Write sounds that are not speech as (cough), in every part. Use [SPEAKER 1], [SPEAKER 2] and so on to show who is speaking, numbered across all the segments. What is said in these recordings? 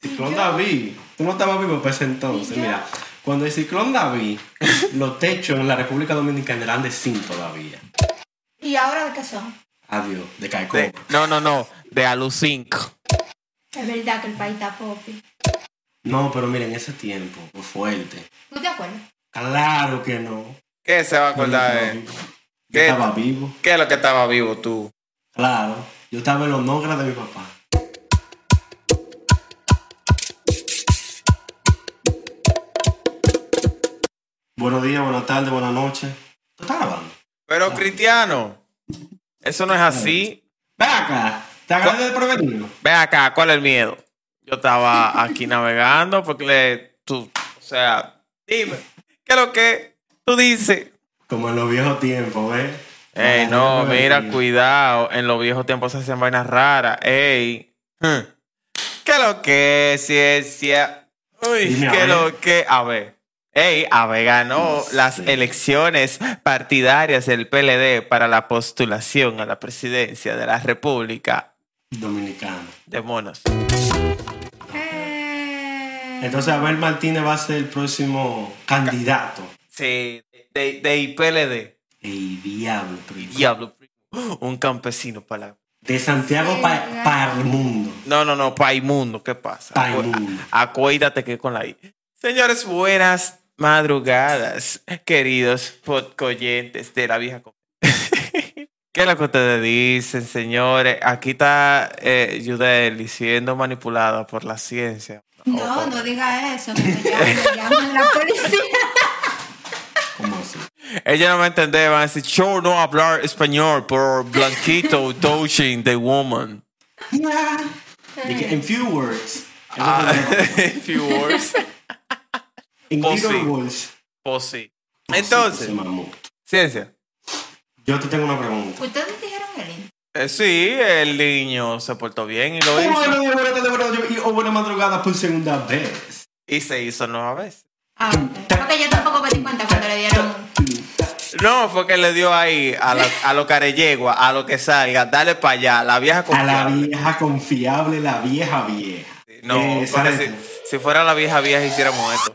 [SPEAKER 1] Ciclón
[SPEAKER 2] Yo-
[SPEAKER 1] David. Tú no estabas vivo para ese entonces.
[SPEAKER 2] Yo-
[SPEAKER 1] Mira, cuando el ciclón David, (laughs) los techos en la República Dominicana eran de zinc todavía.
[SPEAKER 2] ¿Y ahora de qué son?
[SPEAKER 1] Adiós, de Caicó.
[SPEAKER 3] De- no, no, no. De Alucinc.
[SPEAKER 2] Es verdad que el país está popi.
[SPEAKER 1] No, pero miren, ese tiempo fue fuerte.
[SPEAKER 2] ¿Tú te acuerdas?
[SPEAKER 1] Claro que no.
[SPEAKER 3] ¿Qué se va a acordar
[SPEAKER 1] No,
[SPEAKER 3] de?
[SPEAKER 1] no. Yo
[SPEAKER 3] eh, ¿Qué?
[SPEAKER 1] estaba vivo.
[SPEAKER 3] ¿Qué es lo que estaba vivo tú?
[SPEAKER 1] Claro. Yo estaba en los nogras de mi papá. Buenos días, buenas tardes, buenas noches. ¿Tú estás grabando?
[SPEAKER 3] Pero Cristiano, eso no es así.
[SPEAKER 1] Ve acá. Te agradezco de prevenido.
[SPEAKER 3] Ve acá, ¿cuál es el miedo? Yo estaba aquí navegando porque le, tú, o sea, dime, ¿qué es lo que tú dices?
[SPEAKER 1] Como en los viejos tiempos, ¿ves?
[SPEAKER 3] Ey,
[SPEAKER 1] Ah,
[SPEAKER 3] no,
[SPEAKER 1] de
[SPEAKER 3] mira,
[SPEAKER 1] prevenido.
[SPEAKER 3] cuidado, en los viejos tiempos se hacían vainas raras, ey. Hmm. ¿Qué es lo que es? Si es, si es- Uy,
[SPEAKER 1] Dime, a
[SPEAKER 3] ¿qué es
[SPEAKER 1] ver.
[SPEAKER 3] lo que? A ver. Ey, Abe ganó
[SPEAKER 1] No sé.
[SPEAKER 3] las elecciones partidarias del PLD para la postulación a la presidencia de la República
[SPEAKER 1] Dominicano.
[SPEAKER 3] de Monos.
[SPEAKER 2] Eh,
[SPEAKER 1] Entonces, Abel Martínez va a ser el próximo candidato.
[SPEAKER 3] Sí, de, de IPLD.
[SPEAKER 1] El diablo, primo.
[SPEAKER 3] Diablo, un campesino para la...
[SPEAKER 1] De Santiago pa-
[SPEAKER 2] Sí,
[SPEAKER 1] para el mundo.
[SPEAKER 3] No, no, no, Paimundo, ¿qué pasa? Acu-
[SPEAKER 1] Paimundo.
[SPEAKER 3] a- Acuérdate que con la I. Señores, buenas madrugadas, queridos podcoyentes de la vieja... co- (laughs) ¿Qué es lo que ustedes dicen, señores? Aquí está eh, Yudeli siendo manipulada por la ciencia. oh,
[SPEAKER 2] No, no diga eso. Que me llaman, me llaman la policía.
[SPEAKER 1] ¿Cómo así?
[SPEAKER 3] Ella no va a entender, van a decir, yo no hablar español por
[SPEAKER 2] (laughs)
[SPEAKER 3] Blanquito touching the woman.
[SPEAKER 1] Y que, En few words. Eso
[SPEAKER 3] Ah, (laughs)
[SPEAKER 1] fue lo que-
[SPEAKER 3] if you worse.
[SPEAKER 1] En
[SPEAKER 3] Oh,
[SPEAKER 1] few
[SPEAKER 3] sí.
[SPEAKER 1] words.
[SPEAKER 3] Pues sí.
[SPEAKER 1] Sí,
[SPEAKER 3] Entonces,
[SPEAKER 1] se mamó.
[SPEAKER 3] ciencia.
[SPEAKER 1] Yo te tengo una pregunta.
[SPEAKER 2] Ustedes dijeron el intro.
[SPEAKER 3] Eh, sí, el niño se portó bien y lo hizo.
[SPEAKER 1] Bueno, buenas tardes, buenas noches y- O buena madrugada por segunda vez.
[SPEAKER 3] Y se hizo nueva vez.
[SPEAKER 2] Ah, ok. Porque yo tampoco me di cuenta cuando le dieron.
[SPEAKER 3] No, fue que le dio ahí a, la- a lo carellegua, a lo que salga, dale para allá, la vieja
[SPEAKER 1] A la
[SPEAKER 3] confiable.
[SPEAKER 1] vieja confiable, la vieja vieja.
[SPEAKER 3] No,
[SPEAKER 1] Eh,
[SPEAKER 3] porque si,
[SPEAKER 1] exacto.
[SPEAKER 3] si fuera la vieja vieja hiciéramos esto.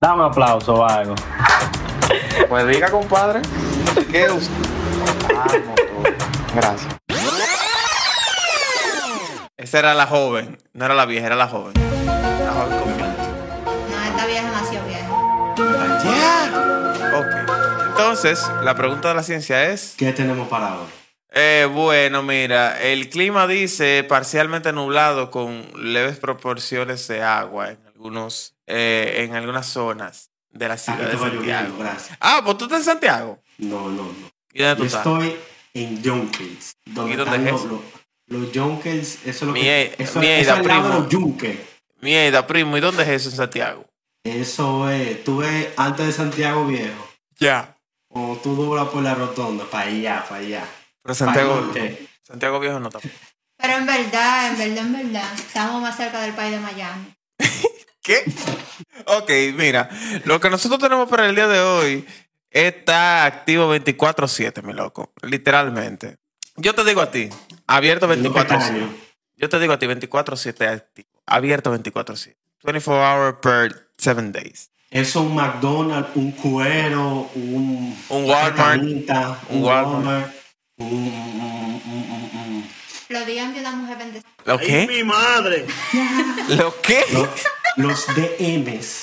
[SPEAKER 4] Dame aplauso o algo.
[SPEAKER 5] Pues diga, compadre. ¿Qué usted? Gracias.
[SPEAKER 3] Esa era la joven, no era la vieja, era la joven. La joven confiable.
[SPEAKER 2] No, esta vieja nació vieja.
[SPEAKER 3] Ok. Entonces, la pregunta de la ciencia es...
[SPEAKER 1] ¿Qué tenemos para hoy?
[SPEAKER 3] Eh, bueno, mira, el clima dice parcialmente nublado con leves proporciones de agua en algunos, eh, en algunas zonas de la
[SPEAKER 1] Aquí
[SPEAKER 3] ciudad de
[SPEAKER 1] estaba lloviendo,
[SPEAKER 3] Santiago.
[SPEAKER 1] gracias.
[SPEAKER 3] Ah, pues tú estás en Santiago.
[SPEAKER 1] No, no, no.
[SPEAKER 3] ¿Y dónde tú
[SPEAKER 1] Yo
[SPEAKER 3] estás?
[SPEAKER 1] estoy en Junkers. Donde
[SPEAKER 3] ¿Y dónde
[SPEAKER 1] están
[SPEAKER 3] es
[SPEAKER 1] los,
[SPEAKER 3] eso?
[SPEAKER 1] los, los Junkers, eso es lo
[SPEAKER 3] Mie-
[SPEAKER 1] que. Eso,
[SPEAKER 3] mierda,
[SPEAKER 1] eso es al lado de
[SPEAKER 3] primo.
[SPEAKER 1] los Junkers.
[SPEAKER 3] Mierda, primo, ¿y dónde es eso en Santiago?
[SPEAKER 1] Eso es. Tú ves antes de Santiago Viejo.
[SPEAKER 3] Ya.
[SPEAKER 1] O tú doblas por la rotonda, para allá, para allá.
[SPEAKER 3] Pero
[SPEAKER 1] pa'
[SPEAKER 3] Santiago,
[SPEAKER 1] norte.
[SPEAKER 3] Santiago Viejo no está.
[SPEAKER 2] Pero en verdad, en verdad, en verdad, estamos más cerca del país de Miami.
[SPEAKER 3] ¿Qué? Ok, mira, lo que nosotros tenemos para el día de hoy está activo 24-7, mi loco. Literalmente. Yo te digo a ti, abierto
[SPEAKER 1] Tengo
[SPEAKER 3] 24-7.
[SPEAKER 1] castaño.
[SPEAKER 3] Yo te digo a ti, 24-7 activo. Abierto 24-7. 24 hours per 7 days.
[SPEAKER 1] Eso es un McDonald's, un cuero, un.
[SPEAKER 3] Un Walmart.
[SPEAKER 1] Catanita,
[SPEAKER 3] Un
[SPEAKER 1] un
[SPEAKER 3] Walmart.
[SPEAKER 1] Walmart. Mm, Un. un- un- un- un-
[SPEAKER 2] Lo digan que una mujer bendecida.
[SPEAKER 3] ¿Lo qué?
[SPEAKER 6] mi madre!
[SPEAKER 3] ¿Lo qué?
[SPEAKER 1] Los, los DMs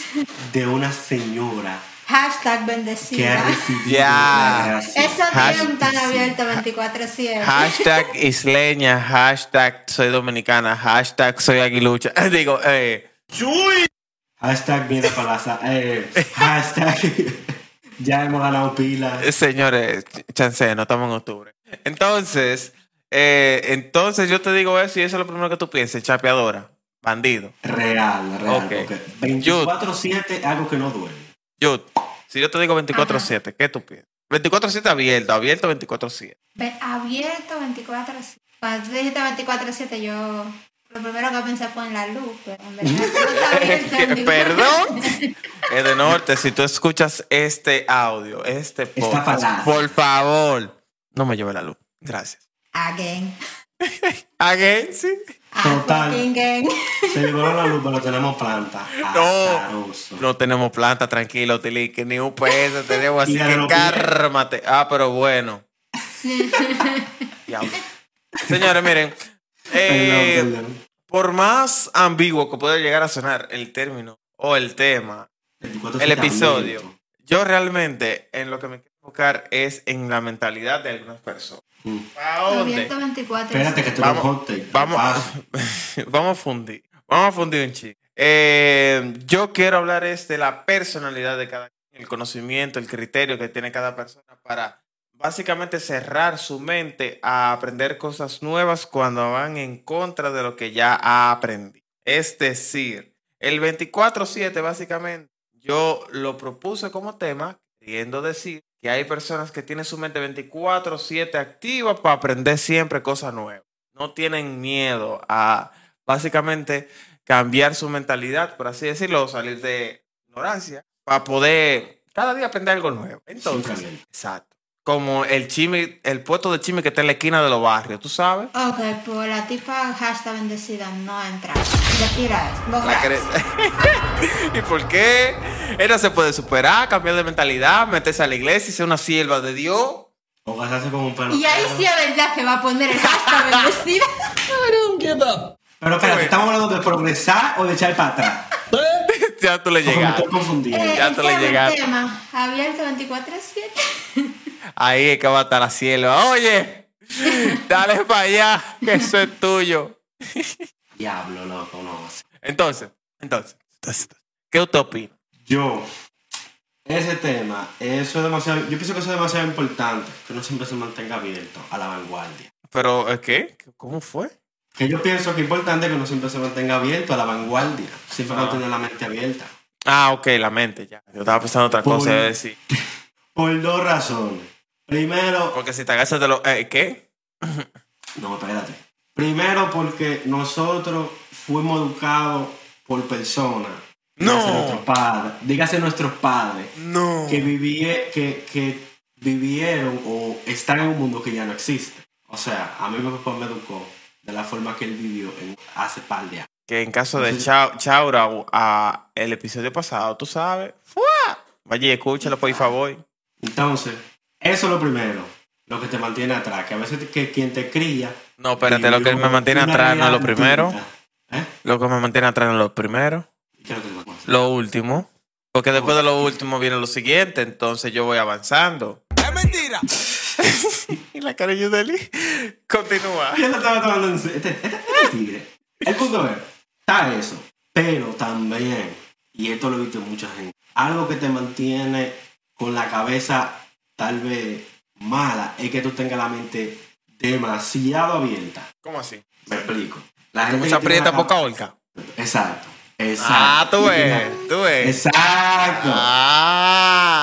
[SPEAKER 1] de una señora
[SPEAKER 2] Hashtag
[SPEAKER 1] que ha
[SPEAKER 2] bendecida.
[SPEAKER 1] recibido
[SPEAKER 3] Ya.
[SPEAKER 1] la gracia.
[SPEAKER 2] Esos
[SPEAKER 3] Hashtag-
[SPEAKER 2] días tan abiertos 24-7.
[SPEAKER 3] Hashtag isleña, hashtag soy dominicana, hashtag soy aguilucha. (laughs) Digo, eh,
[SPEAKER 6] ¡Chuy!
[SPEAKER 1] Hashtag mira palaza. Eh, hashtag (laughs) ya hemos ganado pila.
[SPEAKER 3] señores, chance, no estamos en octubre. Entonces, eh, entonces yo te digo eso y eso es lo primero que tú pienses, chapeadora, bandido.
[SPEAKER 1] Real, real.
[SPEAKER 3] Ok.
[SPEAKER 1] porque 24-7 es algo que no duele.
[SPEAKER 3] Yo, si yo te digo 24-7, ¿qué tú piensas? 24-7 abierto, abierto 24-7.
[SPEAKER 2] Ve- Abierto 24-7. Cuando tú dijiste 24-7, yo. Lo primero que pensé fue en la luz, pero en verdad.
[SPEAKER 3] (laughs)
[SPEAKER 2] no está abierto
[SPEAKER 3] ¿Qué?
[SPEAKER 2] 24.
[SPEAKER 3] (laughs)
[SPEAKER 2] (laughs)
[SPEAKER 3] Perdón. de Norte, si tú escuchas este audio, este podcast,
[SPEAKER 1] falaz.
[SPEAKER 3] por favor, no me lleve la luz. Gracias.
[SPEAKER 2] Again.
[SPEAKER 3] Again, sí.
[SPEAKER 2] Ah,
[SPEAKER 1] Total.
[SPEAKER 2] fucking gang.
[SPEAKER 1] Se llevaron la luz, pero tenemos planta.
[SPEAKER 3] (laughs) No,
[SPEAKER 1] Azaroso.
[SPEAKER 3] no tenemos planta, tranquilo, Tilly, que ni un
[SPEAKER 1] (laughs)
[SPEAKER 3] peso tenemos, así
[SPEAKER 1] Y a
[SPEAKER 3] que
[SPEAKER 1] lo que-
[SPEAKER 3] cármate. Ah, pero bueno. Diablo. Señores, miren,
[SPEAKER 1] (laughs)
[SPEAKER 3] eh,
[SPEAKER 1] Perdón, perdón.
[SPEAKER 3] por más ambiguo que pueda llegar a sonar el término o el tema,
[SPEAKER 1] 24
[SPEAKER 3] el
[SPEAKER 1] sentamientos.
[SPEAKER 3] episodio. yo realmente en lo que me quiero enfocar es en la mentalidad de algunas personas.
[SPEAKER 1] Mm.
[SPEAKER 2] (laughs)
[SPEAKER 3] ¿A dónde?
[SPEAKER 2] Abierto 24.
[SPEAKER 1] Espérate que tú
[SPEAKER 3] Vamos,
[SPEAKER 1] un hot take.
[SPEAKER 3] Vamos,
[SPEAKER 1] Ah,
[SPEAKER 3] (laughs) vamos a fundir. Vamos a fundir un chip. Eh, yo quiero hablar es de la personalidad de cada quien, el conocimiento, el criterio que tiene cada persona para básicamente cerrar su mente a aprender cosas nuevas cuando van en contra de lo que ya ha aprendido. Es decir, el 24-7 básicamente yo lo propuse como tema, queriendo decir que hay personas que tienen su mente 24-7 activa para aprender siempre cosas nuevas no tienen miedo a básicamente cambiar su mentalidad, por así decirlo, o salir de ignorancia para poder cada día aprender algo nuevo. Entonces,
[SPEAKER 1] Sí, también.
[SPEAKER 3] exacto. Como el chimi, el puesto de chimi que está en la esquina de los barrios, ¿tú sabes?
[SPEAKER 2] Ok, pues la tipa hashtag bendecida no entra. Retira eso.
[SPEAKER 3] La
[SPEAKER 2] borra
[SPEAKER 3] cre-
[SPEAKER 2] eso.
[SPEAKER 3] (laughs) ¿Y por qué? Ella se puede superar, cambiar de mentalidad, meterse a la iglesia y ser una sierva de Dios. (laughs)
[SPEAKER 1] o casarse con un perro.
[SPEAKER 2] Y ahí sí es verdad que va a poner el hashtag
[SPEAKER 3] (laughs)
[SPEAKER 2] bendecida.
[SPEAKER 1] Pero espérate, ¿estamos hablando de progresar o de echar para atrás?
[SPEAKER 3] ya tú le
[SPEAKER 1] Porque me
[SPEAKER 3] llegaste.
[SPEAKER 1] estoy confundido.
[SPEAKER 2] Eh,
[SPEAKER 3] Ya
[SPEAKER 2] el
[SPEAKER 3] te le
[SPEAKER 2] tema, el
[SPEAKER 3] llegaste.
[SPEAKER 2] tema, Abierto 24-7.
[SPEAKER 3] Ahí es que va a estar la sierva. Oye, dale para allá, que eso es tuyo.
[SPEAKER 1] Diablo, loco, no.
[SPEAKER 3] Entonces, entonces, entonces, ¿qué usted opina?
[SPEAKER 1] Yo, ese tema, eso es demasiado. Yo pienso que eso es demasiado importante, que uno siempre se mantenga abierto a la vanguardia.
[SPEAKER 3] Pero, eh, ¿qué? ¿Cómo fue?
[SPEAKER 1] Que yo pienso que es importante que uno siempre se mantenga abierto a la vanguardia, siempre
[SPEAKER 3] Ah.
[SPEAKER 1] mantener la mente abierta.
[SPEAKER 3] Ah, ok, la mente, ya. Yo estaba pensando otra
[SPEAKER 1] Por-
[SPEAKER 3] cosa, iba a decir.
[SPEAKER 1] Por dos razones. Primero,
[SPEAKER 3] Porque si te agarras de los... eh, ¿Qué?
[SPEAKER 1] no, espérate. Primero, porque nosotros fuimos educados por personas. Dígase nuestros
[SPEAKER 3] ¡No!
[SPEAKER 1] padres, dígase nuestros padres,
[SPEAKER 3] ¡No!
[SPEAKER 1] que, vivie- que, que vivieron o están en un mundo que ya no existe. O sea, a mí mi papá me educó de la forma que él vivió en- hace par de años.
[SPEAKER 3] Que en caso de
[SPEAKER 1] Entonces-
[SPEAKER 3] Chau- Chaura, o- a el episodio pasado, tú sabes. ¡Fua! Vaya y escúchalo, por favor.
[SPEAKER 1] Entonces, eso es lo primero, lo que te mantiene atrás, que a veces que quien te cría...
[SPEAKER 3] No, espérate, lo que
[SPEAKER 1] vivió
[SPEAKER 3] me mantiene
[SPEAKER 1] una
[SPEAKER 3] atrás no es lo
[SPEAKER 1] realidad
[SPEAKER 3] primero.
[SPEAKER 1] distinta. ¿Eh?
[SPEAKER 3] Lo que me mantiene atrás no es lo primero.
[SPEAKER 1] ¿Qué es lo que te pasa?
[SPEAKER 3] Lo último. Porque después de lo último viene lo siguiente, entonces yo voy avanzando. ¡Es mentira! (laughs) y la cara de Yudeli continúa.
[SPEAKER 1] Yo lo estaba tomando en serio. Este, este- este tigre. El punto es, está eso. Pero también, y esto lo he visto en mucha gente, algo que te mantiene con la cabeza tal vez mala es que tú tengas la mente demasiado abierta.
[SPEAKER 3] ¿Cómo así?
[SPEAKER 1] Me explico. La gente
[SPEAKER 3] Como se
[SPEAKER 1] que tiene
[SPEAKER 3] aprieta
[SPEAKER 1] la
[SPEAKER 3] poca
[SPEAKER 1] cab-
[SPEAKER 3] holca.
[SPEAKER 1] Exacto. Exacto.
[SPEAKER 3] Ah, tú
[SPEAKER 1] Y tiene
[SPEAKER 3] ves, tú
[SPEAKER 1] la-
[SPEAKER 3] ves.
[SPEAKER 1] Exacto. (laughs)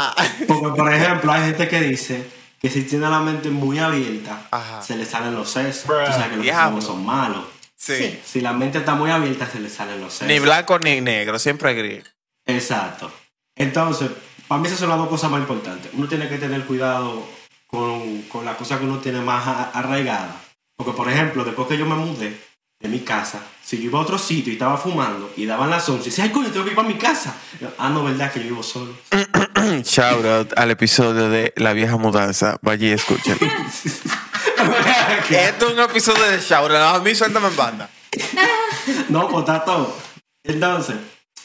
[SPEAKER 3] Ah.
[SPEAKER 1] Porque, por ejemplo, hay gente que dice que si tiene la mente muy abierta,
[SPEAKER 3] Ajá.
[SPEAKER 1] se le salen los sesos. Tú sabes que los
[SPEAKER 3] Diablo.
[SPEAKER 1] sesos son malos.
[SPEAKER 3] Sí.
[SPEAKER 2] Sí.
[SPEAKER 1] Si la mente está muy abierta, se le salen los sesos.
[SPEAKER 3] Ni blanco ni negro, siempre gris.
[SPEAKER 1] Exacto. Entonces, para mí esas son las dos cosas más importantes. Uno tiene que tener cuidado con, con las cosas que uno tiene más a- arraigadas. Porque, por ejemplo, después que yo me mudé de mi casa, si yo iba a otro sitio y estaba fumando y daban las 11, y decía, ay, coño, tengo que ir para mi casa. Yo, ah, no, verdad que yo vivo solo. (laughs)
[SPEAKER 3] Shout out al episodio de La vieja mudanza. Vaya y escúchalo. (laughs) Esto es un episodio de Shout out. A mí suéltame en banda.
[SPEAKER 1] no, pues está todo. Entonces,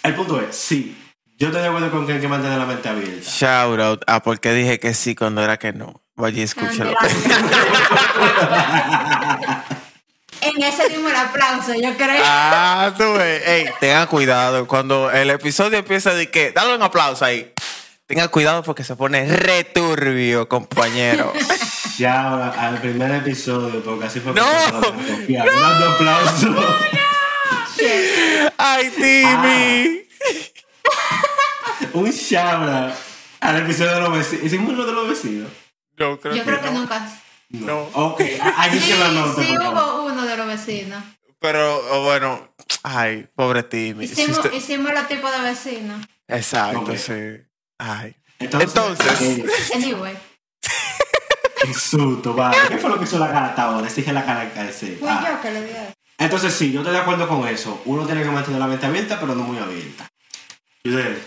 [SPEAKER 1] el punto es, sí, yo estoy de acuerdo con que hay que mantener la mente abierta.
[SPEAKER 3] Shout out a porque dije que sí cuando era que no. Vaya y escúchalo.
[SPEAKER 2] (laughs) En ese mismo el aplauso, yo creo.
[SPEAKER 3] (laughs) Ah, tú ves. Ey, tengan cuidado. Cuando el episodio empieza de que, dale un aplauso ahí. Tengan cuidado porque se pone
[SPEAKER 2] (laughs)
[SPEAKER 3] returbio, compañero.
[SPEAKER 1] Ya ahora, al primer episodio, porque así fue
[SPEAKER 3] ¡No!
[SPEAKER 1] empezaron a copiar. Dando aplausos.
[SPEAKER 3] ¡Ay,
[SPEAKER 2] Ah.
[SPEAKER 3] Timmy!
[SPEAKER 1] Un shout out al episodio de los vecinos. ¿Hicimos uno de los vecinos?
[SPEAKER 3] No, creo
[SPEAKER 2] yo creo que nunca.
[SPEAKER 1] No. Ok, aquí
[SPEAKER 2] Sí,
[SPEAKER 1] se lo anoto.
[SPEAKER 2] sí
[SPEAKER 1] por favor.
[SPEAKER 2] hubo uno de los vecinos.
[SPEAKER 3] Pero oh, bueno, ay, pobre Timmy. Si
[SPEAKER 2] Hicimos,
[SPEAKER 3] usted-
[SPEAKER 2] hicimos los tipos de vecinos.
[SPEAKER 3] Exacto,
[SPEAKER 1] Hombre.
[SPEAKER 3] sí. Ay.
[SPEAKER 1] Entonces,
[SPEAKER 3] Entonces.
[SPEAKER 1] eh,
[SPEAKER 2] Anyway.
[SPEAKER 1] Susto, vale. ¿Qué fue lo que hizo la gata ahora? Exige la cara cárcel.
[SPEAKER 2] Fui yo que lo di. a-
[SPEAKER 1] Entonces sí, yo estoy de acuerdo con eso. Uno tiene que mantener la mente abierta, pero no muy abierta. Y de-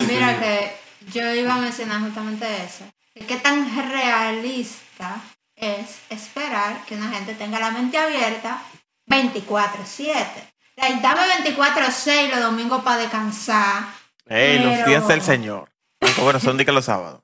[SPEAKER 2] Mira que yo iba a mencionar justamente eso. Que qué tan realista es esperar que una gente tenga la mente abierta 24-7. Like, Dame 24-6 los domingos para descansar.
[SPEAKER 3] Ey, los
[SPEAKER 2] Pero-
[SPEAKER 3] días del Señor. Aunque, bueno, son de que los sábados.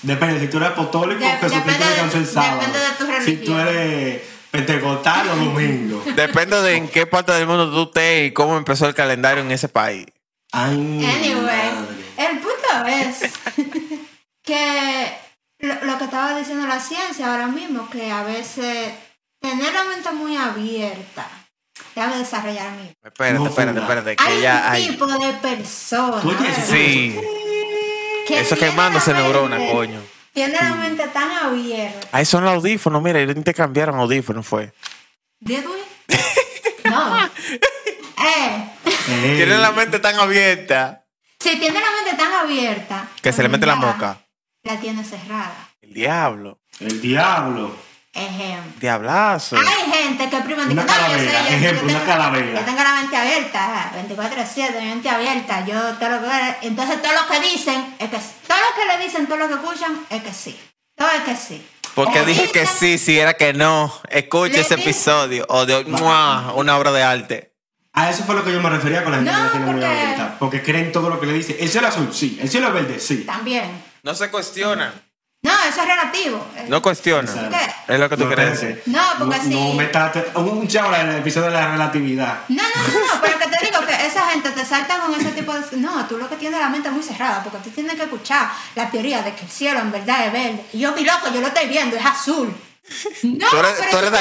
[SPEAKER 1] Depende, si tú eres apostólico,
[SPEAKER 2] De-
[SPEAKER 1] Jesucristo
[SPEAKER 2] depende de-
[SPEAKER 1] descansó el sábado.
[SPEAKER 2] depende de tu
[SPEAKER 1] si
[SPEAKER 2] religión.
[SPEAKER 1] tú eres pentecostal, los
[SPEAKER 2] (laughs)
[SPEAKER 1] domingos.
[SPEAKER 3] Depende de en qué parte del mundo tú estés y cómo empezó el calendario en ese país.
[SPEAKER 1] Ay,
[SPEAKER 2] Anyway,
[SPEAKER 1] madre.
[SPEAKER 2] el punto es
[SPEAKER 1] (laughs)
[SPEAKER 2] que lo, lo que estaba diciendo la ciencia ahora mismo, que a veces tener la mente muy abierta, déjame desarrollar mi.
[SPEAKER 3] Espérate,
[SPEAKER 1] No,
[SPEAKER 3] espérate,
[SPEAKER 1] funda.
[SPEAKER 3] espérate. Que
[SPEAKER 2] Hay
[SPEAKER 3] ya
[SPEAKER 2] un
[SPEAKER 3] hay.
[SPEAKER 2] tipo de personas
[SPEAKER 1] Oye,
[SPEAKER 2] ¿verdad?
[SPEAKER 3] Sí,
[SPEAKER 2] que
[SPEAKER 3] eso
[SPEAKER 2] tiene
[SPEAKER 3] quemándose
[SPEAKER 2] la mente-
[SPEAKER 3] neuronas, coño.
[SPEAKER 2] Tiene la
[SPEAKER 1] Mm.
[SPEAKER 2] mente tan abierta.
[SPEAKER 3] Ahí son los audífonos, mira, ellos intercambiaron audífonos, fue.
[SPEAKER 2] ¿Did
[SPEAKER 3] (laughs)
[SPEAKER 2] we? No. Eh,
[SPEAKER 1] Ey,
[SPEAKER 3] Tienen la mente tan abierta
[SPEAKER 2] si tiene la mente tan abierta.
[SPEAKER 3] que se le mete la
[SPEAKER 2] verdad,
[SPEAKER 3] moca.
[SPEAKER 2] La tiene cerrada.
[SPEAKER 3] El diablo.
[SPEAKER 1] El diablo.
[SPEAKER 2] Ejemplo.
[SPEAKER 3] Diablazo.
[SPEAKER 2] Hay gente que prima
[SPEAKER 1] Una calavera, ejemplo, una calavera.
[SPEAKER 2] Yo tengo la mente abierta, 24-7, mi mente abierta. Yo todo lo que. Entonces, todo lo que dicen es que. Todo lo que le dicen, todo lo que escuchan es que sí. Todo es que sí.
[SPEAKER 3] Porque
[SPEAKER 2] O
[SPEAKER 3] dije que
[SPEAKER 2] dicen-
[SPEAKER 3] sí, si era que no. Escucha
[SPEAKER 2] Oh, Le
[SPEAKER 3] ese
[SPEAKER 2] dije-
[SPEAKER 3] episodio. O de ¡Mua! una obra de arte.
[SPEAKER 1] A eso fue lo que yo me refería con la gente
[SPEAKER 2] No,
[SPEAKER 1] que la tiene muy
[SPEAKER 2] porque-
[SPEAKER 1] abierta. Porque creen todo lo que le dicen. El cielo azul, sí. El cielo verde, sí.
[SPEAKER 2] También.
[SPEAKER 3] No se cuestiona.
[SPEAKER 2] No, eso es relativo. eh,
[SPEAKER 3] No cuestiona.
[SPEAKER 1] Exacto.
[SPEAKER 2] ¿Qué?
[SPEAKER 3] Es lo que tú
[SPEAKER 1] No,
[SPEAKER 3] crees.
[SPEAKER 1] espérate.
[SPEAKER 2] No, porque
[SPEAKER 1] no,
[SPEAKER 2] sí.
[SPEAKER 1] No, metate- Un chavo en el episodio de la relatividad.
[SPEAKER 2] No, no, no, no, pero que te digo que esa gente te salta con ese tipo de... No, tú lo que tienes la mente muy cerrada, porque tú tienes que escuchar la teoría de que el cielo en verdad es verde. Y yo, mi loco, yo lo estoy viendo, es azul. No,
[SPEAKER 3] Tú eres-
[SPEAKER 2] pero
[SPEAKER 3] tú
[SPEAKER 2] tienes que
[SPEAKER 3] eres
[SPEAKER 2] tener la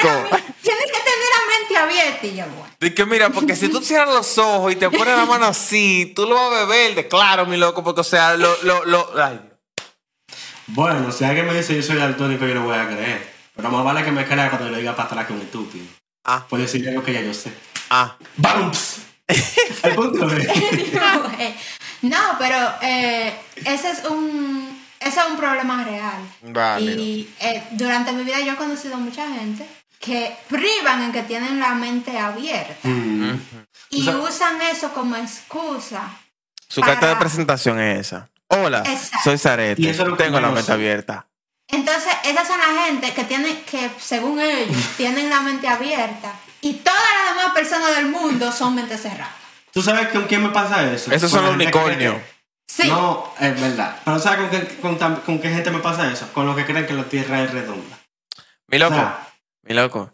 [SPEAKER 3] daltónico.
[SPEAKER 2] men- Tienes que tener la mente abierta y yo, bueno.
[SPEAKER 3] De que mira, porque si tú cierras los ojos y te pones la mano así, tú lo vas a beber de claro, mi loco, porque o sea, lo, lo, lo. ay, Dios.
[SPEAKER 1] Bueno, si alguien me dice yo soy daltónico, yo le voy a creer. Pero más vale que me crea cuando lo diga para atrás que un estúpido.
[SPEAKER 3] Ah,
[SPEAKER 1] Por decirle algo que ya yo sé.
[SPEAKER 3] ah. (laughs)
[SPEAKER 1] ¡Bumps! El punto es...
[SPEAKER 2] Anyway, No, pero eh, ese es un ese es un problema real.
[SPEAKER 3] Vale.
[SPEAKER 2] Y eh, durante mi vida yo he conocido mucha gente que privan en que tienen la mente abierta
[SPEAKER 1] Mm.
[SPEAKER 2] y
[SPEAKER 1] O sea-
[SPEAKER 2] usan eso como excusa.
[SPEAKER 3] Su carta de
[SPEAKER 2] Para-
[SPEAKER 3] presentación es esa. Hola,
[SPEAKER 2] Exacto.
[SPEAKER 3] soy Zarete.
[SPEAKER 1] Y eso es lo que
[SPEAKER 3] Tengo la
[SPEAKER 1] menos
[SPEAKER 3] mente
[SPEAKER 1] son.
[SPEAKER 3] abierta.
[SPEAKER 2] Entonces, esas son las gente que tienen que
[SPEAKER 1] (laughs)
[SPEAKER 2] según ellos tienen la mente abierta y todas las demás personas del mundo son mente cerrada.
[SPEAKER 1] ¿Tú sabes con quién me pasa eso?
[SPEAKER 3] Esos
[SPEAKER 1] Con
[SPEAKER 3] son los
[SPEAKER 1] la gente que cree
[SPEAKER 3] unicornios.
[SPEAKER 2] Sí.
[SPEAKER 1] No, es verdad. Pero ¿sabes con qué, con, tam- con qué gente me pasa eso? Con los que creen que la Tierra es redonda.
[SPEAKER 3] Mi
[SPEAKER 1] O
[SPEAKER 3] loco,
[SPEAKER 1] sea,
[SPEAKER 3] mi loco.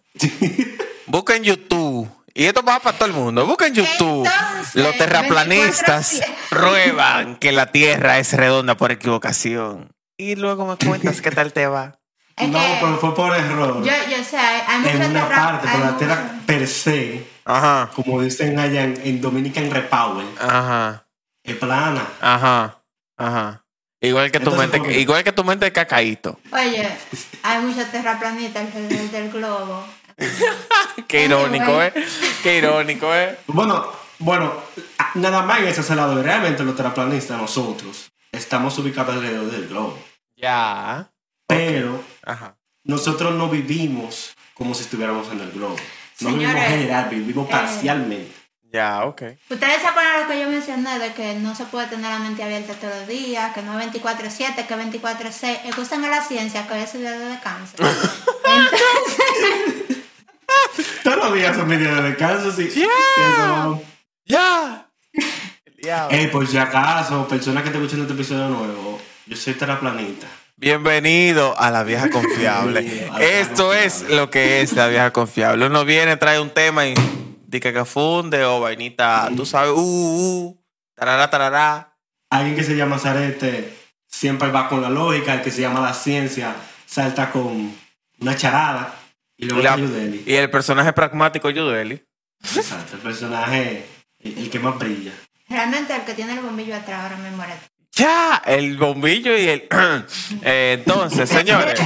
[SPEAKER 3] Busca en YouTube. Y esto va para todo el mundo. Busca en YouTube.
[SPEAKER 2] Entonces,
[SPEAKER 3] Los terraplanistas
[SPEAKER 2] 24/7.
[SPEAKER 3] prueban que la Tierra es redonda por equivocación. Y luego me cuentas qué tal te va.
[SPEAKER 2] Es
[SPEAKER 1] no,
[SPEAKER 2] que
[SPEAKER 1] pero fue por error.
[SPEAKER 2] yo, yo sé, hay, hay
[SPEAKER 1] en
[SPEAKER 2] muchos
[SPEAKER 1] una
[SPEAKER 2] terra-
[SPEAKER 1] parte,
[SPEAKER 2] hay
[SPEAKER 1] pero la
[SPEAKER 2] muchos-
[SPEAKER 1] Tierra per se,
[SPEAKER 3] Ajá,
[SPEAKER 1] como dicen allá en, en Dominican Repower,
[SPEAKER 3] ajá,
[SPEAKER 1] es plana.
[SPEAKER 3] ajá, ajá. Igual que tu
[SPEAKER 1] Entonces,
[SPEAKER 3] mente,
[SPEAKER 1] ¿por qué?
[SPEAKER 3] igual que tu mente de cacaíto.
[SPEAKER 2] Oye, hay muchos terraplanistas alrededor del globo.
[SPEAKER 3] Qué irónico, eh. Qué irónico, eh.
[SPEAKER 1] Bueno, bueno, a- nada más en ese salado. Realmente los terraplanistas, nosotros, estamos ubicados alrededor del globo.
[SPEAKER 3] Ya.
[SPEAKER 1] Pero
[SPEAKER 3] Ajá.
[SPEAKER 1] nosotros no vivimos como si estuviéramos en el globo. No vivimos
[SPEAKER 2] Señores,
[SPEAKER 1] general, vivimos
[SPEAKER 2] eh,
[SPEAKER 1] parcialmente.
[SPEAKER 3] Ya, ok.
[SPEAKER 2] Ustedes se acuerdan lo que yo mencioné de que no se puede tener la mente abierta todos los días, que no es 24-7, que 24-6. Escuchan a la ciencia que hoy es el día de cáncer.
[SPEAKER 1] (laughs) Todos los días son mi día de descanso, sí.
[SPEAKER 3] Yeah.
[SPEAKER 1] Sí, eso vamos. (laughs)
[SPEAKER 3] Ya. Ya.
[SPEAKER 1] Eh, por si acaso, personas que te escuchan este episodio nuevo, yo soy terraplanista.
[SPEAKER 3] Bienvenido a
[SPEAKER 1] (laughs)
[SPEAKER 3] la vieja confiable.
[SPEAKER 1] Bienvenido a la vieja
[SPEAKER 3] Esto es
[SPEAKER 1] confiable.
[SPEAKER 3] lo que es la vieja confiable. Uno viene, trae un tema y dice que funde o vainita, tú sabes, uh, uh, tarará, tarará.
[SPEAKER 1] Alguien que se llama Zarete siempre va con la lógica, el que se llama la ciencia salta con una charada y luego
[SPEAKER 3] Y la-
[SPEAKER 1] te ayuda él.
[SPEAKER 3] Y el personaje pragmático Yudeli.
[SPEAKER 1] Exacto, el personaje, el, el que más brilla.
[SPEAKER 2] Realmente el que tiene el bombillo atrás ahora me muere.
[SPEAKER 3] Ya, el bombillo y el... (clears throat) Eh, entonces, señores,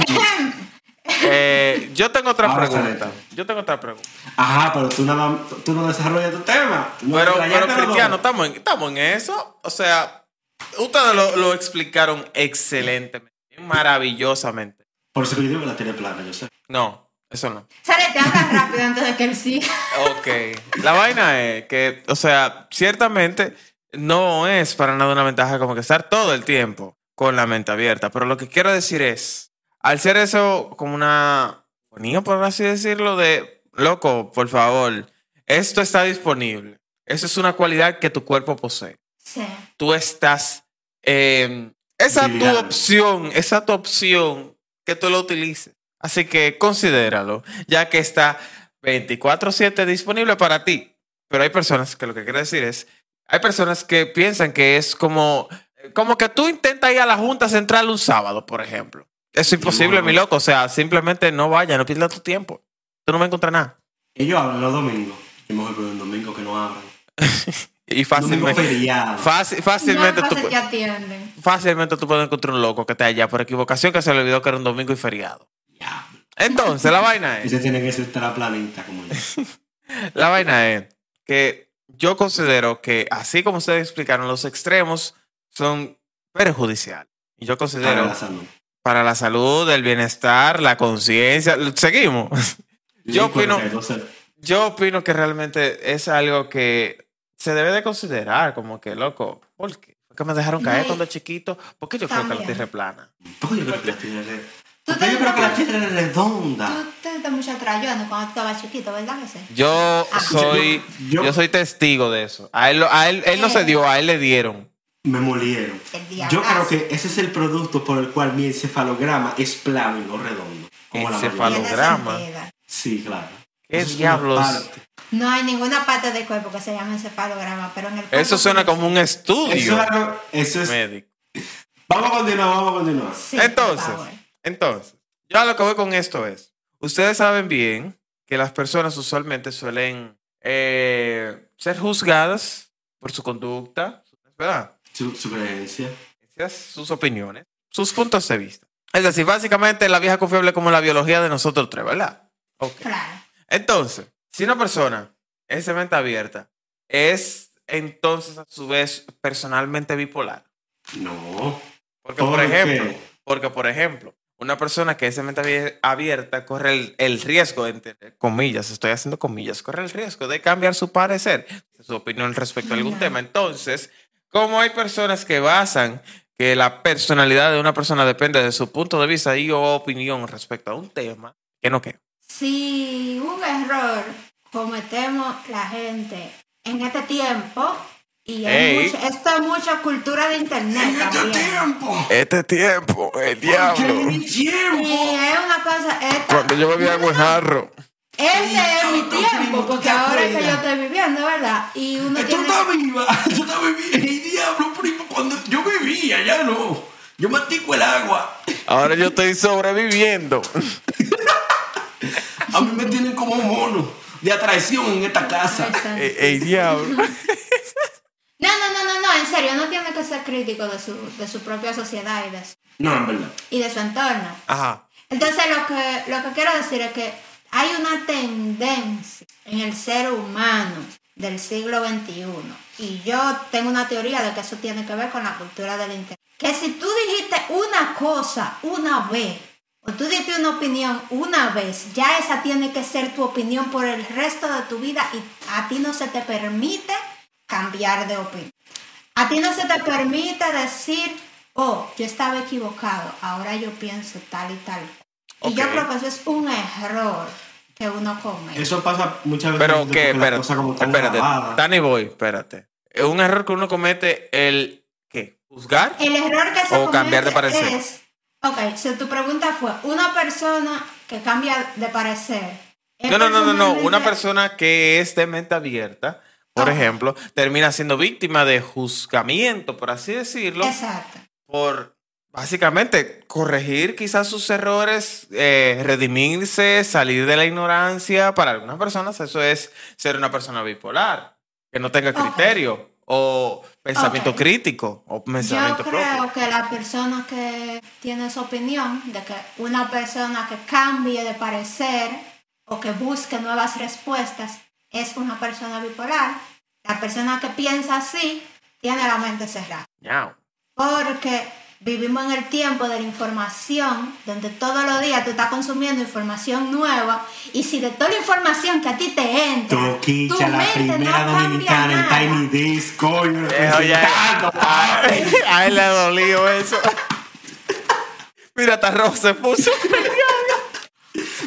[SPEAKER 3] eh, yo tengo otra
[SPEAKER 1] Vamos a
[SPEAKER 3] pregunta.
[SPEAKER 1] esto.
[SPEAKER 3] Yo tengo otra pregunta.
[SPEAKER 1] Ajá, pero tú, nada, tú no desarrollas tu tema. No,
[SPEAKER 3] Pero,
[SPEAKER 1] la- ya
[SPEAKER 3] pero
[SPEAKER 1] te lo
[SPEAKER 3] Cristiano,
[SPEAKER 1] doy.
[SPEAKER 3] estamos en, estamos en eso. O sea, ustedes lo, lo explicaron excelentemente, maravillosamente.
[SPEAKER 1] Por eso que yo digo que la tiene plana, yo sé.
[SPEAKER 3] No, eso no.
[SPEAKER 2] Sarete, habla rápido antes de que él siga.
[SPEAKER 3] Ok. La vaina es que, o sea, ciertamente no es para nada una ventaja como que estar todo el tiempo con la mente abierta. Pero lo que quiero decir es, al ser eso como una ponía, por así decirlo, de loco, por favor, esto está disponible. Eso es una cualidad que tu cuerpo posee.
[SPEAKER 2] Sí.
[SPEAKER 3] Tú estás. eh, esa tu
[SPEAKER 1] Utilidad.
[SPEAKER 3] opción, esa tu opción que tú lo utilices. Así que considéralo, ya que está 24-7 disponible para ti. Pero hay personas que lo que quiero decir es, hay personas que piensan que es como, como que tú intentas ir a la Junta Central un sábado, por ejemplo. Es imposible,
[SPEAKER 1] No.
[SPEAKER 3] mi loco. O sea, simplemente no vayas, no pierdas tu tiempo. Tú no vas a encontrar nada.
[SPEAKER 1] Ellos hablan los domingos. Yo me voy por un domingo que no abran.
[SPEAKER 3] Y
[SPEAKER 1] Domingo
[SPEAKER 3] fácilmente,
[SPEAKER 1] feriado.
[SPEAKER 3] fácil- fácilmente,
[SPEAKER 2] no
[SPEAKER 3] tú,
[SPEAKER 2] pasa que atienden.
[SPEAKER 3] fácilmente tú puedes encontrar un loco que te allá por equivocación que se le olvidó que era un domingo y feriado.
[SPEAKER 1] Ya.
[SPEAKER 3] Entonces, la
[SPEAKER 1] (laughs)
[SPEAKER 3] vaina es...
[SPEAKER 1] Ese tiene que ser la planita como yo.
[SPEAKER 3] La vaina es que yo considero que, así como ustedes explicaron, los extremos son perjudiciales. Y yo considero
[SPEAKER 1] Para la salud.
[SPEAKER 3] para la salud, el bienestar, la conciencia. Seguimos. (laughs) Yo
[SPEAKER 1] Ley
[SPEAKER 3] opino-
[SPEAKER 1] 42,
[SPEAKER 3] Yo opino que realmente es algo que se debe de considerar, como que, loco, ¿por qué? ¿Por qué me dejaron caer
[SPEAKER 2] No, y-
[SPEAKER 3] cuando chiquito? ¿Por qué yo creo que la
[SPEAKER 2] También.
[SPEAKER 3] tierra es plana?
[SPEAKER 1] ¿Por qué yo creo que la tiene re-
[SPEAKER 2] Tú
[SPEAKER 1] ¿Por qué yo
[SPEAKER 2] te-
[SPEAKER 1] creo que la tiene
[SPEAKER 3] Ah.
[SPEAKER 2] Tú
[SPEAKER 1] redonda?
[SPEAKER 2] te das mucho trayón cuando tú estabas chiquito, ¿verdad que sí?
[SPEAKER 3] Yo
[SPEAKER 2] Ah.
[SPEAKER 3] soy,
[SPEAKER 1] Yo-
[SPEAKER 3] yo, soy testigo de eso. A él, lo- a él, él no se dio, a él le dieron.
[SPEAKER 1] Me molieron.
[SPEAKER 2] El día
[SPEAKER 1] Yo creo
[SPEAKER 2] atrás.
[SPEAKER 1] que ese es el producto por el cual mi encefalograma es plano y no redondo. Como la mayoría.
[SPEAKER 2] Tiene
[SPEAKER 3] Encefalograma.
[SPEAKER 2] sentido.
[SPEAKER 1] Sí, claro.
[SPEAKER 3] ¿Qué
[SPEAKER 1] Eso es una
[SPEAKER 3] diablos?
[SPEAKER 1] parte.
[SPEAKER 2] No hay ninguna parte del cuerpo que se llame encefalograma, pero en el cuerpo
[SPEAKER 3] Eso suena
[SPEAKER 2] sí.
[SPEAKER 3] como un
[SPEAKER 1] Eso
[SPEAKER 3] estudio
[SPEAKER 1] es algo- eso es-
[SPEAKER 3] médico.
[SPEAKER 1] Vamos a continuar, vamos a continuar.
[SPEAKER 2] Sí,
[SPEAKER 3] Entonces.
[SPEAKER 2] por favor.
[SPEAKER 3] Entonces, yo a lo que voy con esto es, ustedes saben bien que las personas usualmente suelen eh, ser juzgadas por su conducta, ¿verdad?
[SPEAKER 1] Su, su creencia.
[SPEAKER 3] Esas sus opiniones, sus puntos de vista. Es decir, básicamente la vieja confiable como la biología de nosotros tres, ¿verdad? Ok.
[SPEAKER 2] Claro.
[SPEAKER 3] Entonces, si una persona es de mente abierta, es entonces a su vez personalmente bipolar.
[SPEAKER 1] No.
[SPEAKER 3] Porque,
[SPEAKER 1] Todo
[SPEAKER 3] por
[SPEAKER 1] lo que-
[SPEAKER 3] ejemplo, Porque, por ejemplo, una persona que es de mente abie- abierta corre el, el riesgo, entre comillas, estoy haciendo comillas, corre el riesgo de cambiar su parecer, su opinión respecto a algún
[SPEAKER 2] Claro.
[SPEAKER 3] tema. Entonces, como hay personas que basan que la personalidad de una persona depende de su punto de vista y o opinión respecto a un tema, que no que.
[SPEAKER 2] Si un error cometemos la gente en este tiempo, y hay
[SPEAKER 3] Ey.
[SPEAKER 2] mucho- esto es mucha cultura de internet también.
[SPEAKER 1] tiempo!
[SPEAKER 3] Este tiempo, el diablo,
[SPEAKER 1] mi tiempo!
[SPEAKER 2] Y es una cosa. esta-
[SPEAKER 3] yo bebía guajarro.
[SPEAKER 2] Ese es mi
[SPEAKER 1] Diablo,
[SPEAKER 2] tiempo,
[SPEAKER 1] primo,
[SPEAKER 2] porque
[SPEAKER 1] ¿te
[SPEAKER 2] ahora es que yo
[SPEAKER 1] acuerdas?
[SPEAKER 2] estoy viviendo, ¿verdad? Y uno
[SPEAKER 1] Tú
[SPEAKER 2] tiene.
[SPEAKER 1] estás viva, yo estaba viviendo. El diablo, primo, cuando yo vivía, ya no. Yo mantico el agua.
[SPEAKER 3] Ahora yo estoy sobreviviendo.
[SPEAKER 1] A mí me tienen como un mono de atracción en esta casa.
[SPEAKER 2] Exacto.
[SPEAKER 3] el Eh, diablo.
[SPEAKER 2] No, no, no, no, no, en serio, no tiene que ser crítico de su, de su propia sociedad y de su,
[SPEAKER 1] No, en verdad.
[SPEAKER 2] y de su entorno.
[SPEAKER 3] Ajá.
[SPEAKER 2] Entonces, lo que, lo que quiero decir es que hay una tendencia en el ser humano del siglo XXI. Y yo tengo una teoría de que eso tiene que ver con la cultura del Internet. Que si tú dijiste una cosa una vez, o tú dijiste una opinión una vez, ya esa tiene que ser tu opinión por el resto de tu vida y a ti no se te permite cambiar de opinión. A ti no se te permite decir, oh, yo estaba equivocado, ahora yo pienso tal y tal. Y yo
[SPEAKER 3] Ok.
[SPEAKER 2] creo que eso es un error que uno comete.
[SPEAKER 1] Eso pasa muchas veces.
[SPEAKER 3] Pero
[SPEAKER 1] porque
[SPEAKER 3] que,
[SPEAKER 1] las
[SPEAKER 3] espérate,
[SPEAKER 1] cosas como están
[SPEAKER 3] espérate,
[SPEAKER 1] grabadas.
[SPEAKER 3] Danny Boy, espérate. Es un error que uno comete el, ¿qué? ¿Juzgar?
[SPEAKER 2] El error que se
[SPEAKER 3] O cambiar de
[SPEAKER 2] comete
[SPEAKER 3] parecer.
[SPEAKER 2] es... Ok, si tu pregunta fue, una persona que cambia de parecer. ¿es
[SPEAKER 3] No, no, no, no, no. Una
[SPEAKER 2] eh, personalmente-
[SPEAKER 3] persona que es de mente abierta, por
[SPEAKER 2] Ah.
[SPEAKER 3] ejemplo, termina siendo víctima de juzgamiento, por así decirlo,
[SPEAKER 2] Exacto.
[SPEAKER 3] por básicamente corregir quizás sus errores, eh, redimirse, salir de la ignorancia. Para algunas personas eso es ser una persona bipolar, que no tenga
[SPEAKER 2] Ok.
[SPEAKER 3] criterio o pensamiento
[SPEAKER 2] Ok.
[SPEAKER 3] crítico o
[SPEAKER 2] Yo
[SPEAKER 3] pensamiento propio.
[SPEAKER 2] creo que la persona que tiene su opinión de que una persona que cambie de parecer o que busque nuevas respuestas es una persona bipolar, la persona que piensa así tiene la mente cerrada.
[SPEAKER 3] Ñao.
[SPEAKER 2] Porque Vivimos en el tiempo de la información, donde todos los días tú estás consumiendo información nueva y si de toda la información que a ti te entra, tu
[SPEAKER 1] Toquicha, la
[SPEAKER 2] mente
[SPEAKER 1] primera
[SPEAKER 2] no cambia
[SPEAKER 1] dominicana
[SPEAKER 2] nada.
[SPEAKER 1] en Tiny Disc, coño.
[SPEAKER 3] Eso ya-
[SPEAKER 1] presentando.
[SPEAKER 3] a, a él le dolió eso. Mira, hasta Ross se puso.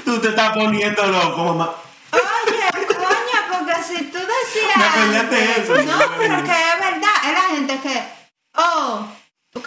[SPEAKER 1] Tú te estás poniendo loco, mamá.
[SPEAKER 2] Oye, coño, porque si tú decías.
[SPEAKER 1] Me acordaste de eso.
[SPEAKER 2] No, pero que es verdad. Es la gente que. Oh,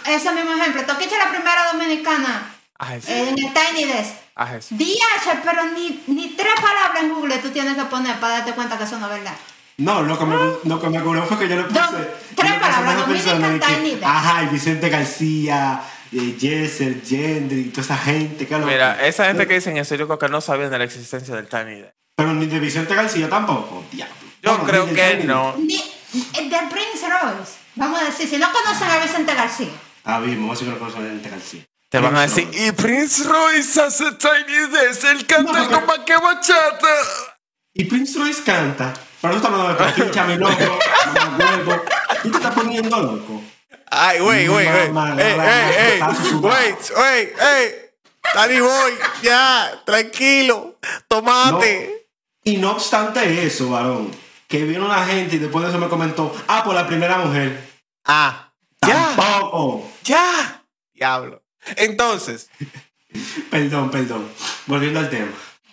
[SPEAKER 2] ese mismo ejemplo. Toquicha la primera dominicana
[SPEAKER 3] Ay,
[SPEAKER 2] eh, en el Tiny Desk.
[SPEAKER 3] ay, eso.
[SPEAKER 2] DH, pero ni, ni tres palabras en Google tú tienes que poner para darte cuenta que eso no es verdad.
[SPEAKER 1] No, lo que, me, lo que me curó fue que yo le puse.
[SPEAKER 2] Ah.
[SPEAKER 1] yo
[SPEAKER 2] Dos,
[SPEAKER 1] le
[SPEAKER 2] tres
[SPEAKER 1] puse
[SPEAKER 2] palabras,
[SPEAKER 1] a esa
[SPEAKER 2] Dominica
[SPEAKER 1] persona de que,
[SPEAKER 2] Tiny Desk.
[SPEAKER 1] Ajá, y Vicente García, eh, Jessel, Gendry, toda esa gente. Que lo-
[SPEAKER 3] Mira, esa gente que dicen eso, yo creo que no sabían de la existencia del Tiny Desk.
[SPEAKER 1] Pero ni de Vicente García tampoco, diablo.
[SPEAKER 3] Yo
[SPEAKER 1] Vamos,
[SPEAKER 3] creo
[SPEAKER 1] ni de
[SPEAKER 3] que
[SPEAKER 1] Tiny Desk.
[SPEAKER 3] no.
[SPEAKER 2] Ni eh, de Prince Royce. Vamos a decir, si no conocen a Vicente García.
[SPEAKER 1] Ah, bien, vamos a decir una cosa de Vicente García.
[SPEAKER 3] Te van a
[SPEAKER 1] Prince
[SPEAKER 3] decir, y Prince Royce hace Tiny Desk, él canta el
[SPEAKER 1] No.
[SPEAKER 3] como que bachata.
[SPEAKER 1] Y Prince Royce canta. Pero no está hablando de
[SPEAKER 3] (laughs)
[SPEAKER 1] Toquicha, mi loco. mamá, huevo. Tú te estás poniendo loco.
[SPEAKER 3] Ay, güey, güey, güey.
[SPEAKER 1] Mamá,
[SPEAKER 3] Ey,
[SPEAKER 1] mamá,
[SPEAKER 3] ey, ey.
[SPEAKER 1] está sudado.
[SPEAKER 3] Wait, wait, ey. Dani Boy, ya, tranquilo. Ah, Tomate.
[SPEAKER 1] Y no obstante eso, varón, que vino la gente y después de eso me comentó, ah, por la primera mujer.
[SPEAKER 3] Ah, ya,
[SPEAKER 1] Tampoco.
[SPEAKER 3] ya. Diablo. Entonces,
[SPEAKER 1] Perdón, perdón. Volviendo al tema.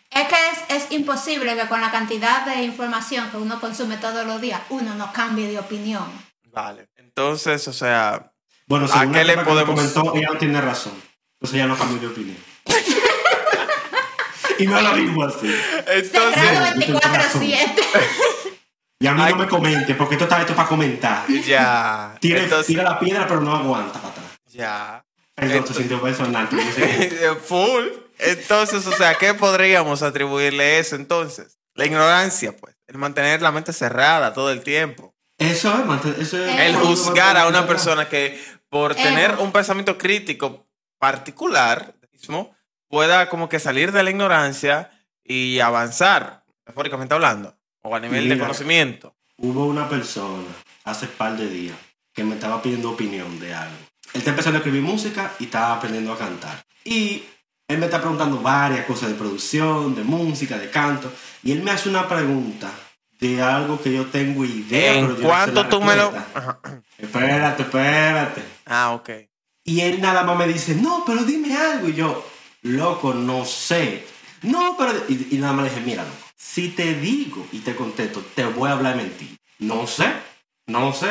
[SPEAKER 2] Es que es, es imposible que con la cantidad de información que uno consume todos los días, uno no cambie de opinión.
[SPEAKER 3] vale. Entonces, o sea,
[SPEAKER 1] Bueno,
[SPEAKER 3] ¿A
[SPEAKER 1] según
[SPEAKER 3] qué
[SPEAKER 1] la
[SPEAKER 3] le
[SPEAKER 1] tipa que me
[SPEAKER 3] podemos-
[SPEAKER 1] comentó, ella no tiene razón. Entonces ella no cambió de opinión. (laughs) y no lo digo así.
[SPEAKER 3] entonces,
[SPEAKER 2] Cerrado
[SPEAKER 1] tú tienes razón.
[SPEAKER 2] 24-7.
[SPEAKER 1] Y a mí
[SPEAKER 3] Ay.
[SPEAKER 1] no me comente, porque esto está hecho para comentar.
[SPEAKER 3] ya.
[SPEAKER 1] Tira,
[SPEAKER 3] Entonces,
[SPEAKER 1] tira la piedra, pero no aguanta para atrás.
[SPEAKER 3] ya.
[SPEAKER 1] Perdón,
[SPEAKER 3] Entonces-
[SPEAKER 1] se sintió personal. pero yo sé
[SPEAKER 3] (laughs)
[SPEAKER 1] que-
[SPEAKER 3] Full. Entonces, o sea, ¿qué podríamos atribuirle eso entonces? La ignorancia, pues. El mantener la mente cerrada todo el tiempo.
[SPEAKER 1] Eso es, man, eso es-
[SPEAKER 2] Eh.
[SPEAKER 3] El
[SPEAKER 2] Ego.
[SPEAKER 3] juzgar a una persona que por
[SPEAKER 2] Ego.
[SPEAKER 3] tener un pensamiento crítico particular mismo, pueda como que salir de la ignorancia y avanzar, metafóricamente hablando, o a nivel de
[SPEAKER 1] Mira.
[SPEAKER 3] conocimiento.
[SPEAKER 1] Hubo una persona hace par de días que me estaba pidiendo opinión de algo. Él está empezando a escribir música y estaba aprendiendo a cantar. Y él me está preguntando varias cosas de producción, de música, de canto. Y él me hace una pregunta de algo que yo tengo idea. pero
[SPEAKER 3] en
[SPEAKER 1] yo no sé
[SPEAKER 3] cuanto
[SPEAKER 1] la
[SPEAKER 3] tú me lo...
[SPEAKER 1] respuesta.
[SPEAKER 3] Ajá.
[SPEAKER 1] Espérate, espérate.
[SPEAKER 3] Ah, ok.
[SPEAKER 1] Y él nada más me dice, no, pero dime algo. Y yo, loco, no sé. No, pero... Y, y nada más le dije, mira, loco, si te digo y te contesto, te voy a hablar mentira. No sé, no sé,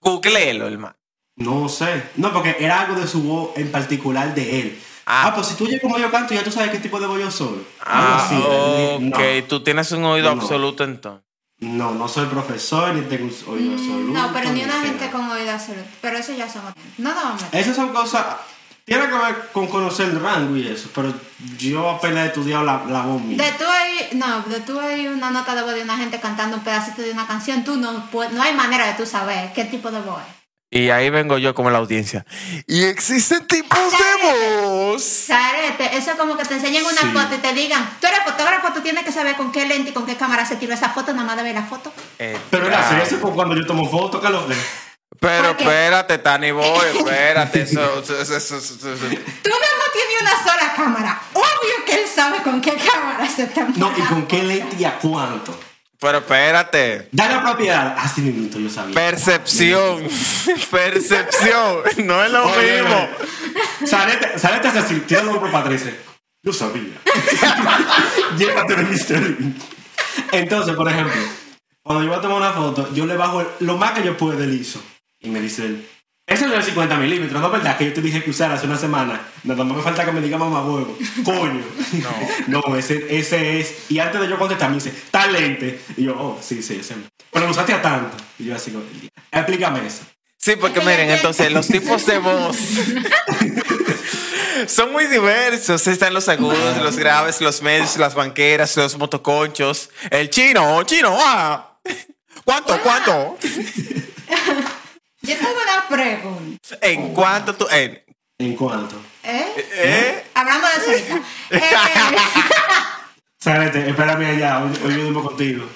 [SPEAKER 3] Googleelo, hermano.
[SPEAKER 1] no sé. No, porque era algo de su voz en particular de él.
[SPEAKER 3] Ah.
[SPEAKER 1] Ah, pues si tú oyes como yo canto, ya tú sabes qué tipo de voz yo soy. Algo
[SPEAKER 3] Ah,
[SPEAKER 1] así. Le dije,
[SPEAKER 3] ok. Tú tienes un oído
[SPEAKER 1] No.
[SPEAKER 3] absoluto entonces.
[SPEAKER 1] No, no, no soy profesor, ni tengo un oído absoluto.
[SPEAKER 2] Mm, No, pero ni una
[SPEAKER 1] sé
[SPEAKER 2] gente
[SPEAKER 1] nada.
[SPEAKER 2] con oído absoluto. Pero eso ya somos. No nos vamos a meter.
[SPEAKER 1] Esas son cosas... Tiene que ver con conocer el rango y eso, pero yo apenas he estudiado la, la voz mía.
[SPEAKER 2] De tú hay, no, de tú hay una nota de voz de una gente cantando un pedacito de una canción, tú no puedes, no hay manera de tú saber qué tipo de voz es.
[SPEAKER 3] Y ahí vengo yo como la audiencia. Y existen tipos de voz.
[SPEAKER 2] Sarete, eso es como que te enseñen una
[SPEAKER 1] Sí.
[SPEAKER 2] foto y te digan, tú eres fotógrafo, tú tienes que saber con qué lente y con qué cámara se tiró esa foto, nada más de ver la foto.
[SPEAKER 3] Eh,
[SPEAKER 1] Pero
[SPEAKER 3] claro.
[SPEAKER 1] era eso fue cuando yo tomo fotos, que lo que.
[SPEAKER 3] Pero
[SPEAKER 2] Porque-
[SPEAKER 3] espérate, Tani Boy,
[SPEAKER 1] (laughs)
[SPEAKER 3] espérate. Eso, eso, eso, eso, eso- eso.
[SPEAKER 2] Tú nada más tienes una sola cámara. Obvio que él sabe con qué cámara se toma.
[SPEAKER 1] No, y con qué lente y a cuánto.
[SPEAKER 3] Pero espérate.
[SPEAKER 1] Da la propiedad. Así minuto yo sabía. (laughs)
[SPEAKER 3] Percepción. Percepción. No es lo
[SPEAKER 1] Oye,
[SPEAKER 3] mismo.
[SPEAKER 1] oye. Sarete, sarete es así, tira el hombro para atrás y dice, Yo sabía. (laughs) Llévate de misterio. Entonces, por ejemplo, cuando yo voy a tomar una foto, yo le bajo el- lo más que yo puedo del ISO. Y me dice él, eso es de 50 milímetros, ¿no es verdad? Que yo te dije que usar hace una semana. Nada más me falta que me diga mamá huevo. Coño. (laughs) No, ese, ese es. Y antes de yo contestar, me dice, talente. Y yo, oh, sí, sí, ese. Pero lo usaste a tanto. Y yo así, como, explícame eso.
[SPEAKER 3] Sí, porque miren, entonces los tipos de voz son muy diversos. Están los agudos, los graves, los medios, las banqueras, los motoconchos. El chino, chino. Ah. ¿Cuánto, cuánto?
[SPEAKER 2] Yo tengo una pregunta.
[SPEAKER 3] ¿En cuánto tú? En,
[SPEAKER 1] ¿En cuánto?
[SPEAKER 2] ¿Eh?
[SPEAKER 3] ¿Eh?
[SPEAKER 2] Hablamos de eso
[SPEAKER 1] (laughs)
[SPEAKER 2] ahorita. Eh,
[SPEAKER 1] Sálete, espérame allá, hoy, hoy yo duermo contigo.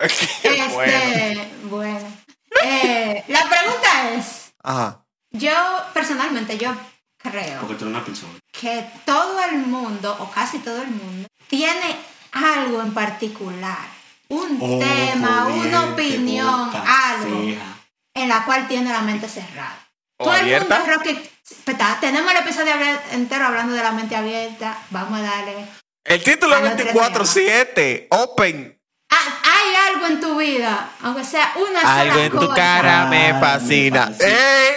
[SPEAKER 2] Este,
[SPEAKER 3] Bueno.
[SPEAKER 2] bueno. Eh, la pregunta es,
[SPEAKER 3] Ajá.
[SPEAKER 2] yo personalmente, yo creo
[SPEAKER 1] porque tú eres una persona.
[SPEAKER 2] que todo el mundo, o casi todo el mundo, tiene algo en particular. Un
[SPEAKER 1] Oh,
[SPEAKER 2] tema, una
[SPEAKER 1] corriente,
[SPEAKER 2] opinión,
[SPEAKER 1] boca
[SPEAKER 2] algo
[SPEAKER 1] fea.
[SPEAKER 2] en la cual tiene la mente cerrada.
[SPEAKER 3] ¿O
[SPEAKER 2] Todo
[SPEAKER 3] abierta?
[SPEAKER 2] el mundo, Rocky, espera, tenemos el episodio habla- entero hablando de la mente abierta. Vamos a darle.
[SPEAKER 3] El título es
[SPEAKER 2] Ah, no te lo
[SPEAKER 3] 24-7. Open.
[SPEAKER 2] Ah, Hay algo en tu vida, aunque sea una sola
[SPEAKER 3] Algo en tu
[SPEAKER 2] cosa.
[SPEAKER 3] cara me
[SPEAKER 1] Ah, me
[SPEAKER 3] fascina.
[SPEAKER 1] fascina.
[SPEAKER 3] ¡Ey!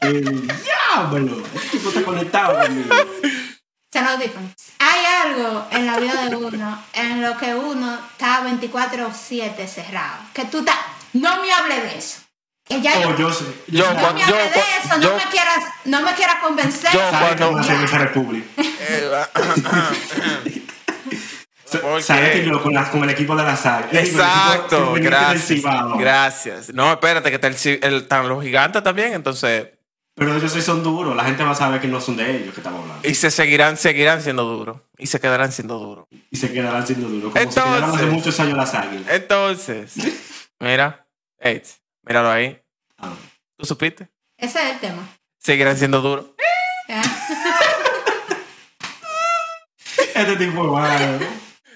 [SPEAKER 1] El diablo. Este tipo está conectado
[SPEAKER 2] (laughs)
[SPEAKER 1] conmigo.
[SPEAKER 2] Se lo digo. Hay algo en la vida de uno en lo que uno está 24-7 cerrado. Que tú estás. No me hables de eso. Que ya
[SPEAKER 1] Oh,
[SPEAKER 2] yo-
[SPEAKER 1] yo sé.
[SPEAKER 3] Oh, Yo,
[SPEAKER 1] sé-
[SPEAKER 2] no me
[SPEAKER 3] cuando-
[SPEAKER 2] hables de
[SPEAKER 3] yo-
[SPEAKER 2] eso.
[SPEAKER 3] yo-
[SPEAKER 2] no, me quieras, no me quieras convencer.
[SPEAKER 3] Yo
[SPEAKER 2] ¿sabes?
[SPEAKER 1] ¿Sabes
[SPEAKER 3] cuando-
[SPEAKER 1] cómo hacer esa república?
[SPEAKER 3] (laughs) Eh,
[SPEAKER 1] Sa-
[SPEAKER 3] ¿Por
[SPEAKER 1] ¿Sabes
[SPEAKER 3] qué?
[SPEAKER 1] que yo con, la- con el equipo de la SAG?
[SPEAKER 3] Exacto, gracias.
[SPEAKER 1] Gracias.
[SPEAKER 3] Gracias. No, espérate, que está el, ci- el- están los gigantes también, entonces.
[SPEAKER 1] Pero ellos sí son duros. La gente va a saber que no son de ellos que estamos hablando.
[SPEAKER 3] Y se seguirán, seguirán siendo duros. Y se quedarán siendo duros.
[SPEAKER 1] Y se quedarán siendo duros. Como se
[SPEAKER 3] Entonces- Eh
[SPEAKER 1] quedaron hace muchos años las águilas.
[SPEAKER 3] Entonces, mira, Eds, míralo ahí.
[SPEAKER 1] Ah.
[SPEAKER 3] ¿Tú supiste?
[SPEAKER 2] Ese es el tema.
[SPEAKER 3] Seguirán siendo duros.
[SPEAKER 2] ¿ya?
[SPEAKER 1] Este tipo es malo.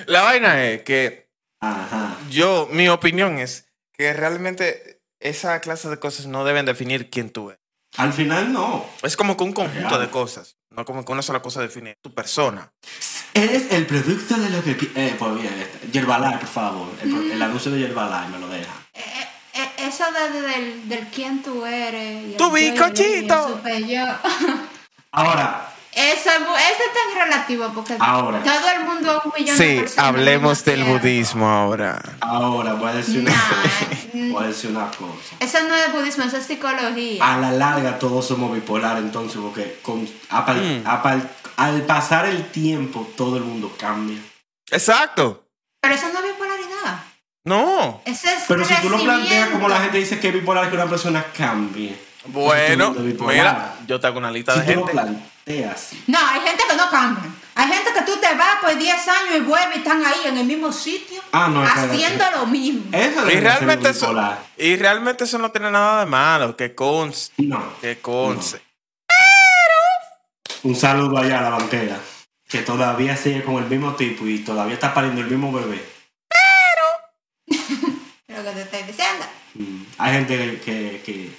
[SPEAKER 3] La vaina es que
[SPEAKER 1] Ajá.
[SPEAKER 3] yo, mi opinión es que realmente esa clase de cosas no deben definir quién tú eres.
[SPEAKER 1] Al final no.
[SPEAKER 3] Es como que un conjunto
[SPEAKER 1] Claro.
[SPEAKER 3] de cosas, no como que una sola cosa define tu persona.
[SPEAKER 1] Eres el producto de lo que... pi- Eh, pues mira, este, Yerbalay, por favor. El, pro- el anuncio de Yerbalay me lo deja.
[SPEAKER 2] Eh, eh, Eso de, de- del, del quién tú eres. y el
[SPEAKER 3] Tu
[SPEAKER 2] yo, y el-
[SPEAKER 3] bizcochito.
[SPEAKER 2] y el super yo.
[SPEAKER 1] Ahora,
[SPEAKER 2] Eso, es mu- eso es tan relativo porque
[SPEAKER 1] Ahora.
[SPEAKER 2] todo el mundo es un millón de
[SPEAKER 3] Sí,
[SPEAKER 2] personas,
[SPEAKER 3] hablemos del
[SPEAKER 2] demasiado.
[SPEAKER 3] budismo ahora.
[SPEAKER 1] ahora voy a decir una
[SPEAKER 2] Nah,
[SPEAKER 1] Voy a decir una cosa.
[SPEAKER 2] Eso no es budismo, eso es psicología.
[SPEAKER 1] A la larga todos somos bipolares entonces porque con- a pal-
[SPEAKER 3] Mm.
[SPEAKER 1] a pal- al pasar el tiempo todo el mundo cambia.
[SPEAKER 3] Exacto.
[SPEAKER 2] Pero eso no es bipolaridad.
[SPEAKER 3] No.
[SPEAKER 2] Eso es
[SPEAKER 1] Pero si tú lo planteas
[SPEAKER 2] crecimiento.
[SPEAKER 1] como la gente dice que es bipolar que una persona cambie.
[SPEAKER 3] Bueno,
[SPEAKER 1] Entonces, tú eres
[SPEAKER 3] mira,
[SPEAKER 1] bipolar.
[SPEAKER 3] yo te hago una lista
[SPEAKER 1] Si
[SPEAKER 3] de
[SPEAKER 1] tú lo
[SPEAKER 3] gente.
[SPEAKER 1] planteas así.
[SPEAKER 2] No, hay gente que no cambia. Hay gente que tú te vas por 10 años y vuelves y están ahí en el mismo sitio
[SPEAKER 1] Ah, no, espérate. Eh.
[SPEAKER 2] haciendo lo mismo.
[SPEAKER 1] Eso
[SPEAKER 3] Y
[SPEAKER 1] debería ser
[SPEAKER 3] realmente, eso,
[SPEAKER 1] bipolar.
[SPEAKER 3] y realmente eso no tiene nada de malo, que conste,
[SPEAKER 1] No.
[SPEAKER 3] que conste.
[SPEAKER 1] Un saludo allá a la banquera. Que todavía sigue con el mismo tipo y todavía está pariendo el mismo bebé.
[SPEAKER 2] Es Lo que te estoy diciendo.
[SPEAKER 1] Mm, Hay gente que, que, que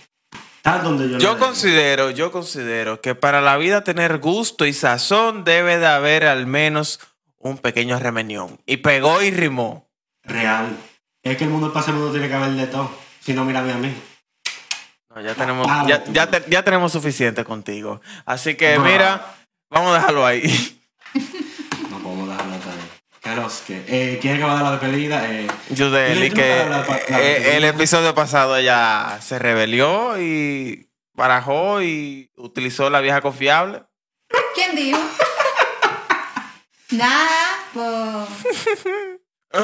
[SPEAKER 1] está donde yo
[SPEAKER 3] Yo
[SPEAKER 1] no-
[SPEAKER 3] considero, yo considero que para la vida tener gusto y sazón debe de haber al menos un pequeño remenión. Y pegó y rimó.
[SPEAKER 1] Real. Es que el mundo pasa el mundo tiene que haber de todo. Si no, mírame a mí.
[SPEAKER 3] No, ya tenemos,
[SPEAKER 1] Ah,
[SPEAKER 3] ya,
[SPEAKER 1] bueno.
[SPEAKER 3] ya te- ya tenemos suficiente contigo. Así que
[SPEAKER 1] Bah.
[SPEAKER 3] mira, vamos a dejarlo ahí. (laughs)
[SPEAKER 1] No podemos dejarlo hasta ahí. Carlos, que, eh, ¿quién acaba de la despedida? Eh,
[SPEAKER 3] Yudeli,
[SPEAKER 1] Yo
[SPEAKER 3] que
[SPEAKER 1] tengo la- la- la-
[SPEAKER 3] eh, el episodio pasado ella se rebelió y barajó y utilizó la vieja confiable.
[SPEAKER 2] ¿Quién dijo? Nada,
[SPEAKER 1] (laughs)
[SPEAKER 2] pues.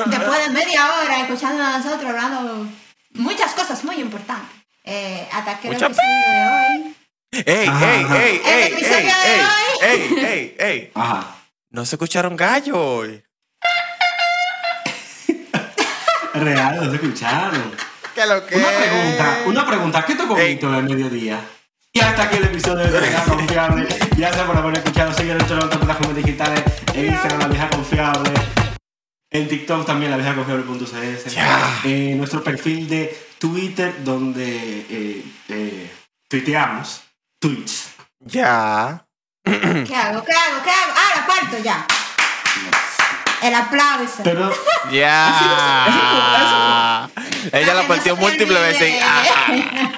[SPEAKER 2] Después de media hora escuchando a nosotros hablando muchas cosas muy importantes. Eh, ataque el
[SPEAKER 3] Mucha
[SPEAKER 2] episodio de hoy.
[SPEAKER 3] ey,
[SPEAKER 1] Ajá,
[SPEAKER 3] ey,
[SPEAKER 1] ajá.
[SPEAKER 3] ey,
[SPEAKER 2] El
[SPEAKER 3] ey,
[SPEAKER 2] episodio
[SPEAKER 3] ey,
[SPEAKER 2] de
[SPEAKER 3] ey, ey, ey, ey.
[SPEAKER 1] ajá.
[SPEAKER 3] No se escucharon gallos hoy.
[SPEAKER 1] Real, no se escucharon.
[SPEAKER 3] ¿Qué lo que?
[SPEAKER 1] Una pregunta, una pregunta. ¿Qué tocó
[SPEAKER 3] Ey.
[SPEAKER 1] Vito en el mediodía? Y hasta aquí el episodio de La Vieja Confiable. Gracias por haber escuchado. Sigue nuestro en otras plataformas digitales. En Instagram, La Vieja Confiable. En TikTok también, La Vieja Confiable.cs.
[SPEAKER 3] Ya.
[SPEAKER 1] En Eh, nuestro perfil de Twitter, donde eh, eh, tuiteamos tweets.
[SPEAKER 3] Ya.
[SPEAKER 2] ¿Qué hago? ¿Qué hago? ¿Qué hago? Ah, la parto ya. El aplauso.
[SPEAKER 1] Pero
[SPEAKER 3] Ya.
[SPEAKER 1] Eso-
[SPEAKER 3] Ella la
[SPEAKER 2] Para
[SPEAKER 3] partió
[SPEAKER 2] que no se te
[SPEAKER 3] múltiples
[SPEAKER 2] olvide.
[SPEAKER 3] veces. Ah, ah.